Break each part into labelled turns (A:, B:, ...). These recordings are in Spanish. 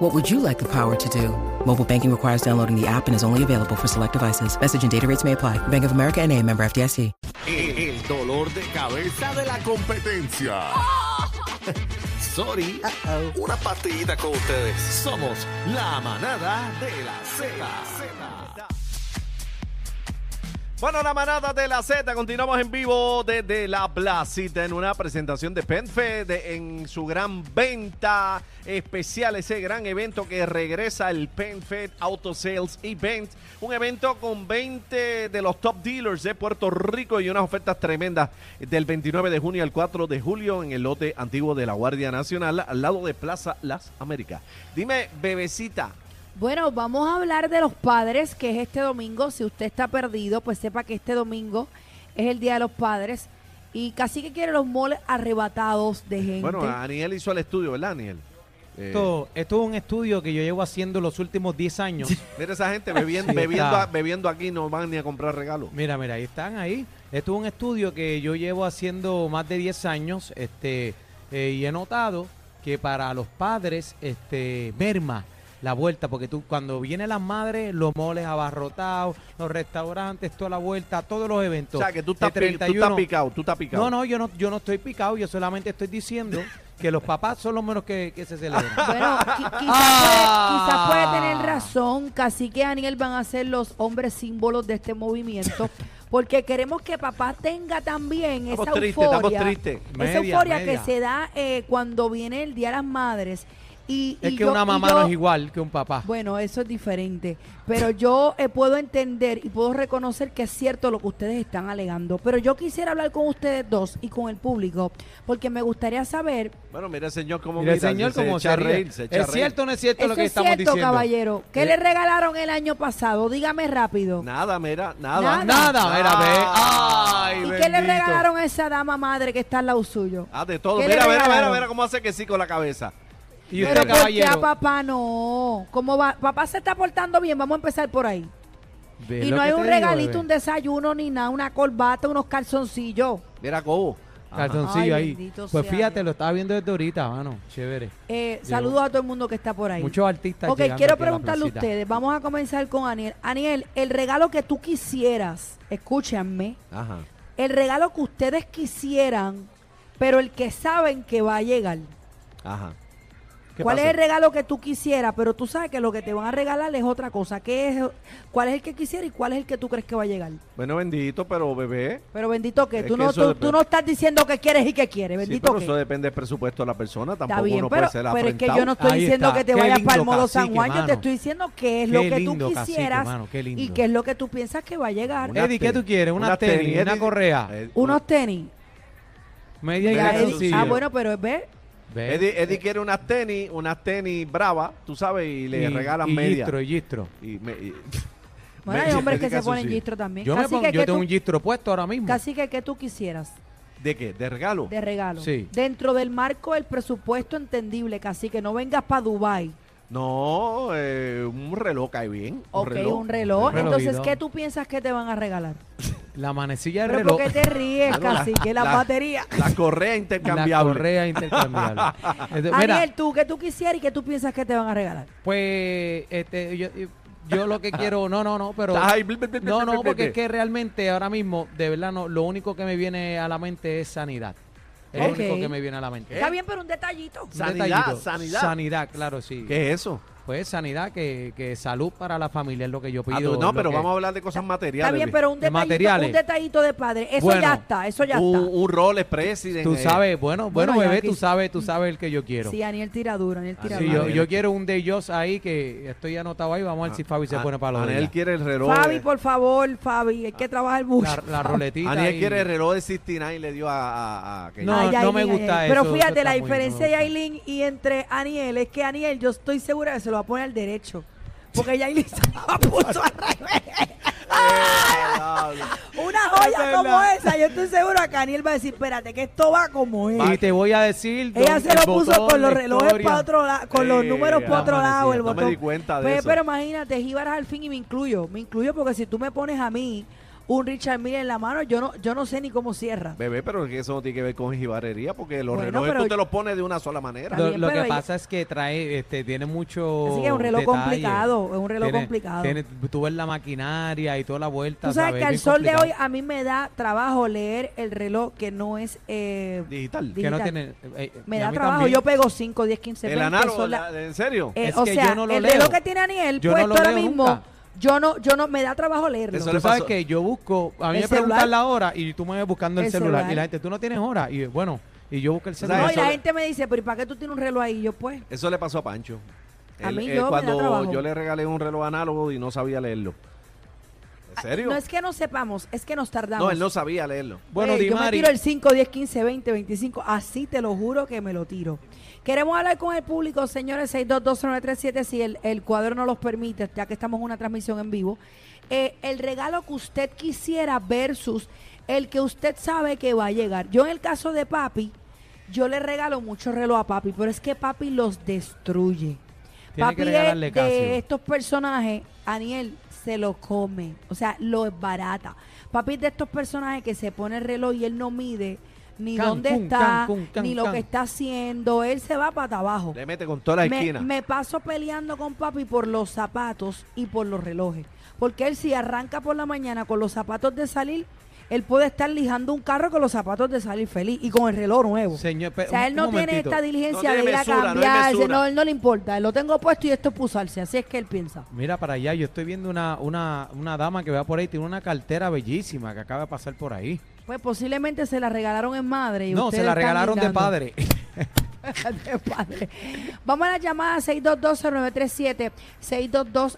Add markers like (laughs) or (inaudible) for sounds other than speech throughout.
A: What would you like the power to do? Mobile banking requires downloading the app and is only available for select devices. Message and data rates may apply. Bank of America and a member FDIC.
B: El dolor de cabeza de la competencia. Sorry. Una partidita con ustedes. Somos la manada de la Z.
C: Bueno, la manada de la Z, continuamos en vivo desde la placita en una presentación de PenFed en su gran venta especial, ese gran evento que regresa el PenFed Auto Sales Event, un evento con 20 de los top dealers de Puerto Rico y unas ofertas tremendas del 29 de junio al 4 de julio en el lote antiguo de la Guardia Nacional al lado de Plaza Las Américas. Dime, bebecita,
D: Bueno, vamos a hablar de los padres, que es este domingo. Si usted está perdido, pues sepa que este domingo es el Día de los Padres. Y casi que quiere los moles arrebatados
E: Eh,
D: de gente.
C: bueno,
E: ah.
C: Aniel hizo el estudio, ¿verdad, Aniel? Eh,
E: Esto, esto es un estudio que yo llevo haciendo los últimos 10 años.
C: Mira esa gente bebiendo,
E: Sí,
C: bebiendo,
E: está.
C: a- bebiendo aquí, no van ni a comprar regalos.
E: Mira, mira, ahí están ahí. Esto es un estudio que yo llevo haciendo más de 10 años este, eh, y he notado que para los padres este, merma la vuelta, porque tú cuando vienen las madres, los moles abarrotados, los restaurantes, toda la vuelta, todos los
C: O
E: eventos.
C: sea, que tú
E: De
C: estás, pi- tú
E: 31.
C: estás picado, tú estás picado.
E: No, no, yo no, yo no estoy picado, yo solamente estoy
C: (laughs)
E: diciendo que los papás son los menos que, que se celebran.
D: Bueno, qui-
E: (laughs)
D: quizás,
E: Ah.
D: puede, quizás puede tener razón. Casi que Aniel van a ser los hombres símbolos de este
E: (laughs)
D: movimiento. Porque queremos que papá tenga también
C: Estamos
D: esa
C: tristes,
D: euforia.
C: estamos tristes.
D: Esa
E: Media,
D: euforia
E: media.
D: que se da eh, cuando viene el Día de las Madres. Y,
E: Es
D: y
E: que
D: yo-
E: una
D: y
E: mamá
D: yo-
E: no es igual que un papá.
D: Bueno, eso es diferente. Pero yo eh, puedo entender y puedo reconocer que es cierto lo que ustedes están alegando. Pero yo quisiera hablar con ustedes dos y con el público, porque me gustaría saber.
C: Bueno, mira el señor cómo
E: Mira, el
C: mira,
E: señor,
C: se- se
E: como
C: echa
E: se
C: a
E: ríe.
C: reír, se echa a
E: ¿Es
C: reír.
E: cierto o no es cierto
D: Eso
E: lo que
D: es
E: estamos
D: cierto,
E: diciendo?
D: caballero. ¿Qué
E: Eh,
D: le regalaron el año pasado? Dígame rápido.
C: Nada, mira, nada.
D: Nada.
E: Nada, mira, ve.
C: Ah.
E: Ay,
D: ¿Y
E: bendito.
D: qué le regalaron a esa dama madre que está al lado suyo?
C: Ah, de todo.
D: ¿Qué
C: Mira,
D: le
C: mira, mira, mira,
D: regalaron?
C: cómo hace que sí con la cabeza.
E: Y
D: Pero
E: usted,
D: ¿por qué a
E: caballero.
D: papá no? ¿Cómo va? Papá se está portando bien, vamos a empezar por ahí.
E: Ve
D: Y
E: lo
D: no
E: que
D: hay
E: te
D: un
E: digo,
D: regalito,
E: bebé.
D: un desayuno, ni nada, una corbata, unos calzoncillos.
C: Mira cómo. Ajá.
E: Calzoncillo
D: Ay,
E: ahí.
D: bendito
E: Pues
D: sea
E: fíjate,
D: Dios.
E: lo estaba viendo desde ahorita, mano. Chévere.
D: Eh,
E: Llegó.
D: saludos a todo el mundo que está por ahí.
E: Muchos artistas
D: ok,
E: llegando
D: quiero
E: aquí a la
D: preguntarle a
E: placita.
D: ustedes. Vamos a comenzar con Aniel. Aniel, el regalo que tú quisieras, escúchenme,
C: Ajá.
D: el regalo que ustedes quisieran, pero el que saben que va a llegar.
C: Ajá. ¿Qué
D: ¿Cuál
C: pasó?
D: es el regalo que tú quisieras, pero tú sabes que lo que te van a regalar es otra cosa? ¿Qué es, ¿Cuál es el que quisiera y cuál es el que tú crees que va a llegar?
C: Bueno, bendito, pero bebé.
D: Pero bendito que
C: Es
D: tú
C: que
D: no
C: eso
D: tú,
C: dep-
D: tú no estás diciendo que quieres y que quieres,
C: Sí,
D: bendito
C: pero
D: que
C: eso depende del presupuesto de la persona. Tampoco
D: Está bien,
C: uno
D: pero,
C: puede ser
D: pero es que
C: afrentado.
D: yo no estoy
E: Ahí
D: diciendo
E: está.
D: que te
E: Qué
D: vayas
E: lindo,
D: para el modo San
E: cacique,
D: Juan, yo te
E: mano.
D: estoy diciendo qué es lo
E: Qué
D: que tú
E: lindo, cacique,
D: quisieras
E: mano, qué lindo.
D: y qué es lo que tú piensas que va a llegar.
E: Una- Eddie, ¿qué tú quieres? ¿Una tenis, una correa?
C: Eh,
D: Unos tenis.
E: Media y
C: Mira,
D: Ya, Eddie-
E: calzoncillo.
D: ah, bueno, pero ve,
E: Ve.
C: Eddie, Eddie quiere unas tenis, unas tenis bravas, tú sabes, y le
E: Y-
C: regalan
E: y
C: media.
E: Gistro, y gistro.
C: Y me- y-
D: (laughs) bueno, hay
C: Media este
D: hombres que
C: calzoncillo.
D: se ponen gistro también.
E: Yo, me
D: Cacique,
E: pongo- yo
D: ¿qué
E: tengo
D: tú-
E: un gistro puesto ahora mismo.
D: cacique, ¿qué tú quisieras
C: ¿De qué? ¿De regalo?
D: de regalo?
E: Sí.
D: Dentro del marco del presupuesto entendible, casi que no vengas para Dubai.
C: No, eh, un reloj cae bien.
D: Ok, un reloj.
E: Un reloj.
D: Entonces,
E: Relojito.
D: ¿qué tú piensas que te van a regalar?
E: La manecilla del
D: Pero
E: reloj.
D: ¿por qué te ríes,
C: Bueno, la-
D: cacique? La,
C: la-
D: batería.
C: La correa
E: La
C: intercambiable.
D: (laughs)
E: correa intercambiable. Entonces, mira,
D: Ariel, ¿tú qué tú quisieras y qué tú piensas que te van a regalar?
E: Pues, este, yo, yo- yo lo que quiero, no, no, no, pero...
C: Estás ahí, blip, blip, blip,
E: No,
C: blip,
E: no,
C: blip,
E: porque es
C: blip.
E: que realmente ahora mismo, de verdad, no, lo único que me viene a la mente es sanidad. Es
D: Ok.
E: lo único que me viene a la mente.
D: Está bien, pero un detallito.
E: Un
C: Sanidad,
E: detallito.
C: sanidad.
E: Sanidad, claro, sí.
C: ¿Qué es eso?
E: Pues sanidad, que, que salud para la familia es lo que yo
C: Ah,
E: pido.
C: tú- no, pero vamos a hablar de cosas materiales.
D: Está bien,
C: Luis.
D: pero un
E: De
D: detallito,
E: materiales.
D: un detallito de padre. Eso
E: Bueno, Uh,
D: ya está, eso ya
C: un,
D: está.
C: un Rolex President.
E: Tú
C: eh,
E: sabes, bueno,
D: Bueno,
E: bueno,
D: ya
E: bebé,
D: aquí-
E: tú sabes, tú sabes el que yo quiero.
D: Sí, Aniel Tiradura, Aniel
C: Ah, sí,
E: Sí,
D: Tiradura.
E: yo, yo quiero un de ellos ahí que estoy anotado ahí. Vamos a ver si Fabi se
C: An-
E: pone para los de
C: Ah, Aniel
E: ella.
C: quiere el reloj.
D: Fabi,
C: de-
D: por favor, Fabi, hay que trabajar mucho.
E: eh. la,
C: (laughs)
D: (laughs)
E: la roletita.
C: Aniel
E: y-
C: quiere el relog de 69 y le dio a. a- a- que-
E: (laughs)
C: Eh,
E: No,
D: Ay,
E: me
D: Yailin,
E: gusta
D: Yailin. Pero
E: eso,
D: fíjate,
E: eso
D: la
E: está muy- no me
D: diferencia de
E: gusta.
D: Aileen y entre Aniel es que Aniel, (laughs) yo estoy segura que se lo va a poner al derecho. Porque Yailin se lo puso al revés. Una joya
E: (laughs) Es
D: como
E: verdad.
D: esa, yo estoy seguro que Aniel va a decir, espérate, que esto va como es.
E: Y te voy a decir.
D: Ella
E: don-
D: se
E: el
D: lo puso
E: botón,
D: con los
E: la
D: relojes
E: historia.
D: para otro lado, con los
C: Sí,
D: números para
E: no
D: otro
E: me
D: lado,
E: decía,
D: el
C: no me
D: botón.
C: di cuenta de
D: Pues,
C: eso.
D: Pero imagínate, Jíbaras al fin y me incluyo, me incluyo porque si tú me pones a mí un Richard Mille en la mano, yo no, yo no sé ni cómo cierra.
C: Bebé, pero es que eso no tiene que ver con jibarería porque los
D: Bueno,
C: relojes
D: pero-
C: tú te los pones de una sola manera.
D: Está
E: Lo,
D: bien,
E: lo
D: pero
E: que
D: ella-
E: pasa es que trae, este, tiene mucho.
D: Así que es un reloj
E: detalle.
D: complicado, es un reloj
E: Tiene-
D: complicado.
E: tiene- tú ves la maquinaria y toda la vuelta.
D: Tú sabes que al
E: Bien
D: sol de hoy
E: complicado.
D: a mí me da trabajo leer el reloj que no es eh,
C: Digital.
E: Que no
D: digital.
E: tiene. eh, eh,
D: Me
E: y a
D: da
E: mí
D: trabajo,
E: también.
D: yo pego 5, 10, 15
C: El
D: 20,
C: análogo,
D: son la-
C: la- ¿en serio?
D: eh,
E: Es
D: o
E: que
D: sea,
E: yo no lo
D: el
E: leo.
D: reloj que tiene Aniel
E: Yo no
D: puesto
E: lo
D: ahora
E: leo
D: mismo,
E: nunca.
D: yo no, yo no, me da trabajo leerlo.
C: Eso
E: Tú
C: le
E: sabes
C: pasó-
E: que yo busco, a mí
D: ¿El
E: me preguntan
D: celular?
E: la hora y tú me ves buscando el,
D: El
E: celular.
D: celular.
E: y la gente, tú no tienes hora y bueno, y yo busco el
C: sabes,
E: celular.
D: No, y
C: eso
D: la
C: le-
D: gente me dice, pero ¿y para qué tú tienes un reloj ahí? Yo pues,
C: Eso le pasó a Pancho.
D: A
C: Él-
D: mí
C: él
D: yo me da
C: cuando
D: trabajo.
C: yo le regalé un reloj análogo y no sabía leerlo. ¿En serio?
D: no es que no sepamos, es que nos tardamos.
C: No, él no sabía leerlo.
E: bueno,
D: Ey, yo me
E: Dimari,
D: tiro el 5, 10, 15, 20, 25. Así te lo juro que me lo tiro. Queremos hablar con el público, señores, 622-9377, si el, el cuadro no los permite, ya que estamos en una transmisión en vivo. Eh, el regalo que usted quisiera versus el que usted sabe que va a llegar. Yo en el caso de papi, yo le regalo mucho reloj a papi, pero es que papi los destruye.
E: Tiene que
D: papi es
E: regalarle
D: de
E: Casio.
D: estos personajes, Aniel se lo come, o sea, lo es barata. Papi es de estos personajes que se pone el reloj y él no mide ni
E: Can,
D: dónde
E: cun,
D: está,
E: can, cun, can,
D: ni lo
E: can.
D: que está haciendo, él se va para abajo.
C: Le mete con toda la
D: Me,
C: esquina.
D: me paso peleando con papi por los zapatos y por los relojes. Porque él si arranca por la mañana con los zapatos de salir, él puede estar lijando un carro con los zapatos de salir feliz y con el reloj nuevo.
E: Señor,
D: O sea, él no tiene esta diligencia
C: No tiene
D: de ir
C: mesura,
D: a
C: no hay
D: cambiarse, no,
C: mesura.
D: él no le importa, él lo tengo puesto y esto es pulsarse, así es que él piensa.
E: Mira para allá, yo estoy viendo una, una, una dama que va por ahí, tiene una cartera bellísima que acaba de pasar por ahí.
D: Pues posiblemente se la regalaron en madre. y
E: No,
D: ustedes
E: se la
D: están
E: regalaron de
D: guindando.
E: padre.
D: De padre. Vamos a la llamada 6220937,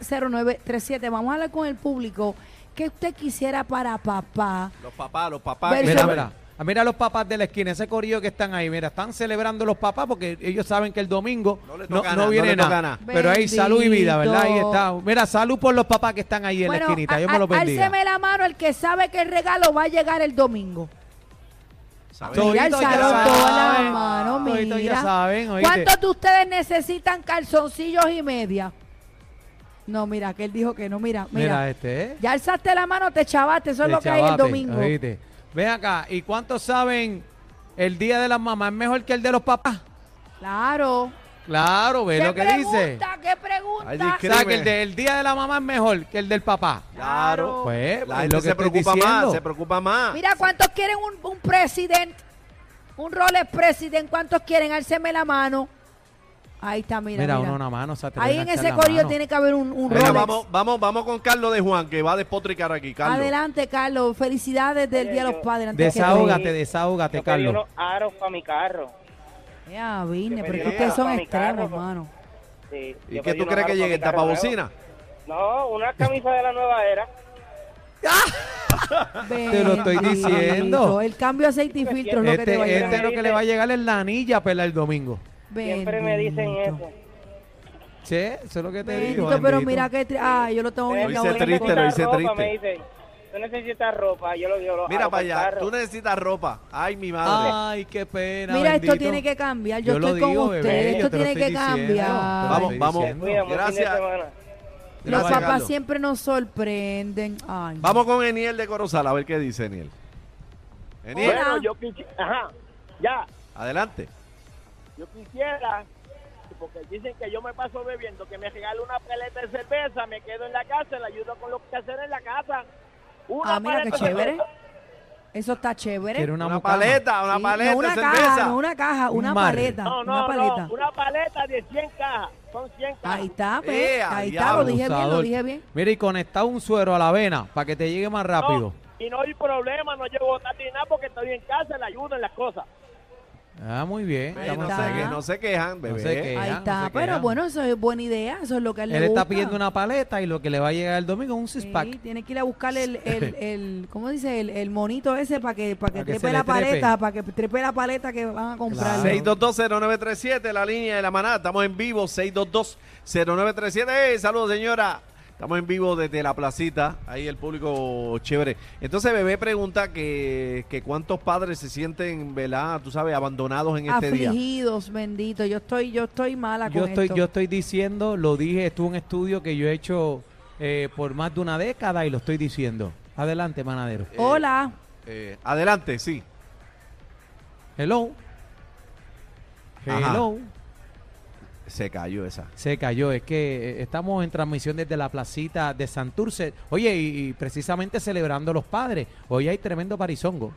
D: 6220937. Vamos a hablar con el público. ¿Qué usted quisiera para papá?
C: Los papás, los papás.
D: Verso-
E: Mira,
D: Eso-
E: mira. Ah, Mira los papás de la esquina, ese corillo que están ahí, mira, están celebrando los papás porque ellos saben que el domingo
C: No
E: no,
C: le
E: no,
C: toca nada,
E: viene
C: no le toca
E: nada.
C: nada.
E: Pero ahí salud y vida, ¿verdad? Ahí
D: Bendito.
E: está. Mira, salud por los papás que están ahí en la esquinita. Dios me los
D: á-
E: bendiga.
D: álceme la mano el que sabe que el regalo va a llegar el domingo.
C: ¿sabes?
E: Todo-
D: Mira el
E: Toditos ya
D: salón, todas las
E: saben.
D: manos,
E: Toditos ya
D: mira.
E: saben, oíste.
D: ¿Cuántos de ustedes necesitan calzoncillos y media? No, mira, que él dijo que no, mira,
E: mira.
D: mira.
E: este, ¿eh?
D: Ya alzaste la mano, te chavaste, eso es
E: Te
D: lo que hay el
E: chavaste,
D: domingo.
E: oíste. Ven acá, ¿y cuántos saben el día de las mamás es mejor que el de los papás?
D: Claro.
E: Claro, ve
D: ¿Qué
E: lo que dice.
D: pregunta? ¿Qué pregunta?
C: Ay,
E: O sea,
C: discrepe.
E: que el, de- el día de la mamá es mejor que el del papá.
C: Claro.
E: Pues,
C: La
E: es
C: gente
E: lo que
C: se
E: estoy
C: preocupa más,
E: diciendo.
C: se preocupa más.
D: Mira, ¿cuántos quieren un, un president? Un Rolex president, ¿cuántos quieren? Alceme la mano. Ahí está, mira.
E: Mira,
D: Mira,
E: uno una mano, o sea, te
D: Ahí
E: deben
D: en
E: alzar
D: ese
E: la
D: corillo
E: mano.
D: tiene que haber un, un
C: Venga,
D: Rolex.
C: vamos, vamos, vamos con Carlos de Juan, que va a despotricar aquí, Carlos.
D: Adelante, Carlos. Felicidades del
F: Oye,
D: Día de
F: yo-
D: los Padres. antes que
E: Desahógate,
F: Yo-
E: desahógate,
F: Yo pedí
E: Carlos.
F: unos aros para mi carro.
D: todo. Ya, vine,
F: Yo
D: pero es que
F: pedí
D: ustedes son
F: para mi
D: extremos,
F: carro.
D: hermano.
F: Sí,
C: ¿Y
F: yo
C: qué
F: pedí
C: tú
F: unos
C: crees que
F: aros para
C: llegue? ¿El
F: mi carro
C: tapabocina?
F: nuevo. No, una camisa de la nueva era. pues.
E: Te lo estoy
D: Bendito.
E: diciendo.
D: El cambio de aceite y filtro es lo que te va a
E: Este,
D: llegar.
E: este lo que le va a llegar es la anilla pela el domingo.
F: Siempre me dicen
D: Bendito.
F: eso.
E: Che, eso es lo que te
D: Bendito,
E: digo.
D: pero
E: bendito.
D: mira que... Ah, yo lo tengo
F: Tú
D: bien
C: hice
D: cabrón.
F: necesitas
C: triste, lo hice
F: ropa,
C: triste.
F: Me dicen, tú necesitas ropa. Yo lo, yo lo
C: Mira
F: aro
C: para
F: el
C: allá,
F: carro.
C: tú necesitas ropa. Ay, mi madre.
D: Ah,
E: Ay, qué pena.
D: Mira, esto
E: bendito.
D: tiene que cambiar. Yo,
E: lo
D: estoy con
E: digo,
D: usted.
E: bebé, yo
D: esto
E: te lo
D: tiene que
E: estoy diciendo.
D: cambiar.
E: Te lo
C: Vamos,
E: estoy
C: vamos.
E: diciendo.
F: Cuida, buen fin de
C: Gracias.
F: semana.
D: Los
C: Gracias,
D: papás
C: Carlos.
D: siempre nos sorprenden. Ay.
C: Vamos con Eniel de Corozal, a ver qué dice Eniel. Eniel,
D: Hola.
G: Bueno, yo quisiera, ajá, ya,
C: adelante.
G: yo quisiera, porque dicen que yo me paso bebiendo, que me regalo una paleta de cerveza, me quedo en la casa, le ayudo con lo que hacer en la casa. Una
D: Ah, mira qué
G: paleta de
D: chévere.
G: cerveza.
D: Eso está chévere.
E: Quiero una,
C: Una,
E: mucama.
C: paleta, una
D: Sí,
C: paleta
D: no, una
C: de
D: caja,
C: cerveza.
D: no una caja,
E: Un
D: una
E: mar.
D: paleta.
G: No,
D: Ah, una
G: no,
D: paleta.
G: no, una paleta de 100 cajas, son 100 cajas.
D: Ahí está, ¿ves?
C: Eh,
D: Ahí
C: diablo,
D: está, lo dije bien, lo
E: Abusador.
D: dije bien.
E: Mira, y conecta un suero a la avena para que te llegue más
G: No,
E: rápido.
G: y no hay problema, no llevo ni nada porque estoy en casa, le ayudo en las cosas.
E: Ah, muy bien.
C: Ve,
E: estamos
C: no, se,
E: bien.
C: que, no se quejan, bebé.
E: se quejan.
D: Ahí
E: Eh, no
D: está,
E: sé qué
D: pero
E: era.
D: bueno, eso es buena idea, eso es lo que a él, le
E: Él está
D: gusta.
E: pidiendo una paleta y lo que le va a llegar el domingo es un six
D: Sí,
E: pack.
D: tiene que ir a buscar
E: (laughs)
D: el, el, el ¿cómo dice? El, el monito ese para que, para que,
E: Para que se
D: trepe
E: le
D: la
E: trepe.
D: paleta, para que trepe la paleta que van a comprar.
E: Claro.
C: 6220937, la línea de la manada. Estamos en vivo, 6220937. ¡Ey, saludos, señora! Estamos en vivo desde la placita, ahí el público chévere. Entonces Bebé pregunta que, que cuántos padres se sienten, ¿verdad? Tú sabes, abandonados en este día.
D: Afligidos, bendito. Yo estoy, yo estoy mala
E: Yo
D: con
E: estoy,
D: esto.
E: yo estoy diciendo, lo dije, estuvo un estudio que yo he hecho eh, por más de una década y lo estoy diciendo. Adelante, manadero.
D: Hola.
C: Eh, adelante, sí.
E: Hello.
C: Ajá.
E: Hello.
C: Se cayó esa.
E: Se cayó, es que eh, estamos en transmisión desde la placita de Santurce. Oye, y, y precisamente celebrando los padres. Hoy hay tremendo parizongo.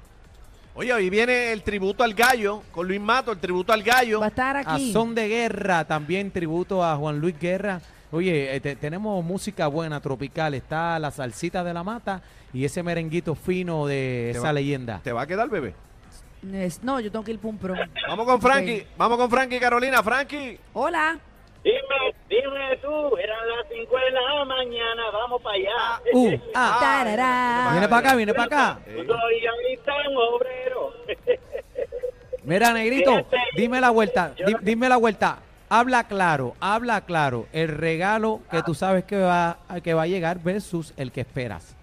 C: Oye, hoy viene el tributo al gallo, con Luis Mato, el tributo al gallo.
D: Va a estar
E: A
D: aquí.
E: Son de Guerra, también tributo a Juan Luis Guerra. Oye, eh, te- tenemos música buena, tropical. Está la salsita de la mata y ese merenguito fino de
C: Te
E: esa
C: va-
E: leyenda.
C: ¿Te va a quedar, Bebé?
D: Es- No, yo tengo que ir para un pro.
C: Vamos con Frankie,
D: Ok.
C: vamos con Frankie Carolina, Frankie.
D: Hola.
G: Dime, dime tú, eran las 5 de la mañana, vamos para allá. (laughs)
E: Uh, ah,
D: Tarará.
E: viene para acá, viene para acá.
G: Todavía gritan obrero.
E: Mira, negrito,
G: Fíjate.
E: dime la vuelta, di- dime la vuelta. Habla claro, habla claro. El regalo que tú sabes que va, que va a llegar versus el que esperas.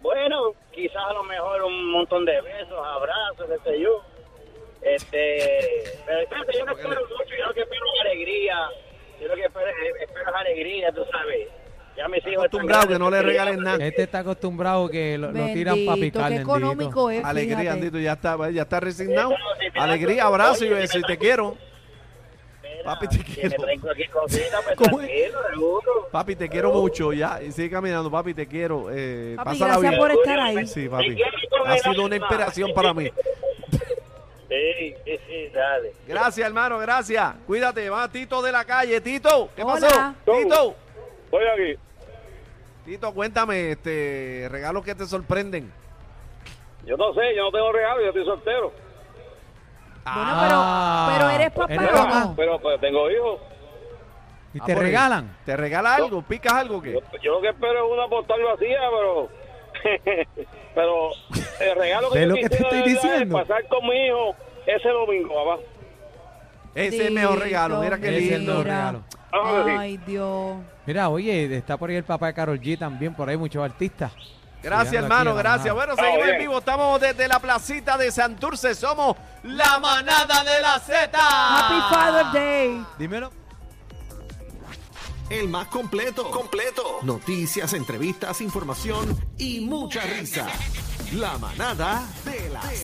G: Bueno, quizás a lo mejor un montón de besos, abrazos, qué sé yo. Este, pero espérate, yo no espero mucho, yo lo que espero es alegría. Yo lo que espero, es- espero es alegría, tú sabes. Ya mis hijos están
C: Acostumbrado que
G: grandes,
C: no le
G: ya-
C: regalen nada.
E: Este está acostumbrado que lo, lo tiran para
D: Bendito,
E: picar.
D: qué
E: bendito.
D: económico es. fíjate.
C: Alegría, Andito, ya está, ya está resignado.
G: Sí, claro,
C: Alegría,
G: sí,
C: abrazo y
G: oye,
C: beso,
G: sí,
C: y te
G: claro.
C: quiero.
G: Mira,
C: Papi, te
G: si
C: quiero.
G: me traigo aquí cositas, pues
C: ¿Cómo es?
G: tranquilo, seguro.
C: Papi, te quiero
G: Uh.
C: mucho, ya. Y sigue caminando, papi, te quiero. Eh,
D: Papi,
C: pásala
D: gracias
C: bien.
D: por estar ahí.
C: Sí, papi.
G: Te quiero con
C: Ha
G: el
C: sido una
G: alma.
C: inspiración para mí.
G: Sí, sí, sí, dale.
C: Gracias, hermano, gracias. Cuídate, va Tito de la calle. Tito, ¿qué
D: Hola.
C: pasó? Tito,
G: Voy aquí.
C: Tito, cuéntame, este, regalos que te sorprenden.
G: Yo no sé, yo no tengo regalo, yo estoy soltero.
D: Bueno,
E: Ah,
D: pero, pero eres papá.
E: eres
D: ¿o no?
E: papá.
G: Pero pues tengo hijos.
E: Y
C: Ah,
E: te
C: por-
E: regalan.
C: ¿Te regala algo? ¿Picas algo que?
G: Yo, yo lo que espero es una postal vacía, pero. (laughs) pero el regalo que
E: ¿Ves lo
G: yo
E: que te
G: quisiera de
E: estoy
G: verdad es
E: diciendo?
G: pasar con mi hijo ese domingo, papá.
C: Ese es el mejor regalo, mira qué
E: Ese es el
C: lindo.
E: mejor regalo.
G: Ah, sí.
D: Ay, Dios.
E: Mira, oye, está por ahí el papá de Carol G también, por ahí muchos artistas.
C: Gracias,
E: Llegando
C: hermano,
E: aquí a la
C: gracias.
E: manada.
C: Bueno, seguimos en
G: bien.
C: vivo. Estamos desde la placita de Santurce. Somos la manada de la Z.
D: Happy Father Day.
E: Dímelo.
B: El más completo. Completo. Noticias, entrevistas, información y mucha risa. La manada de la Z.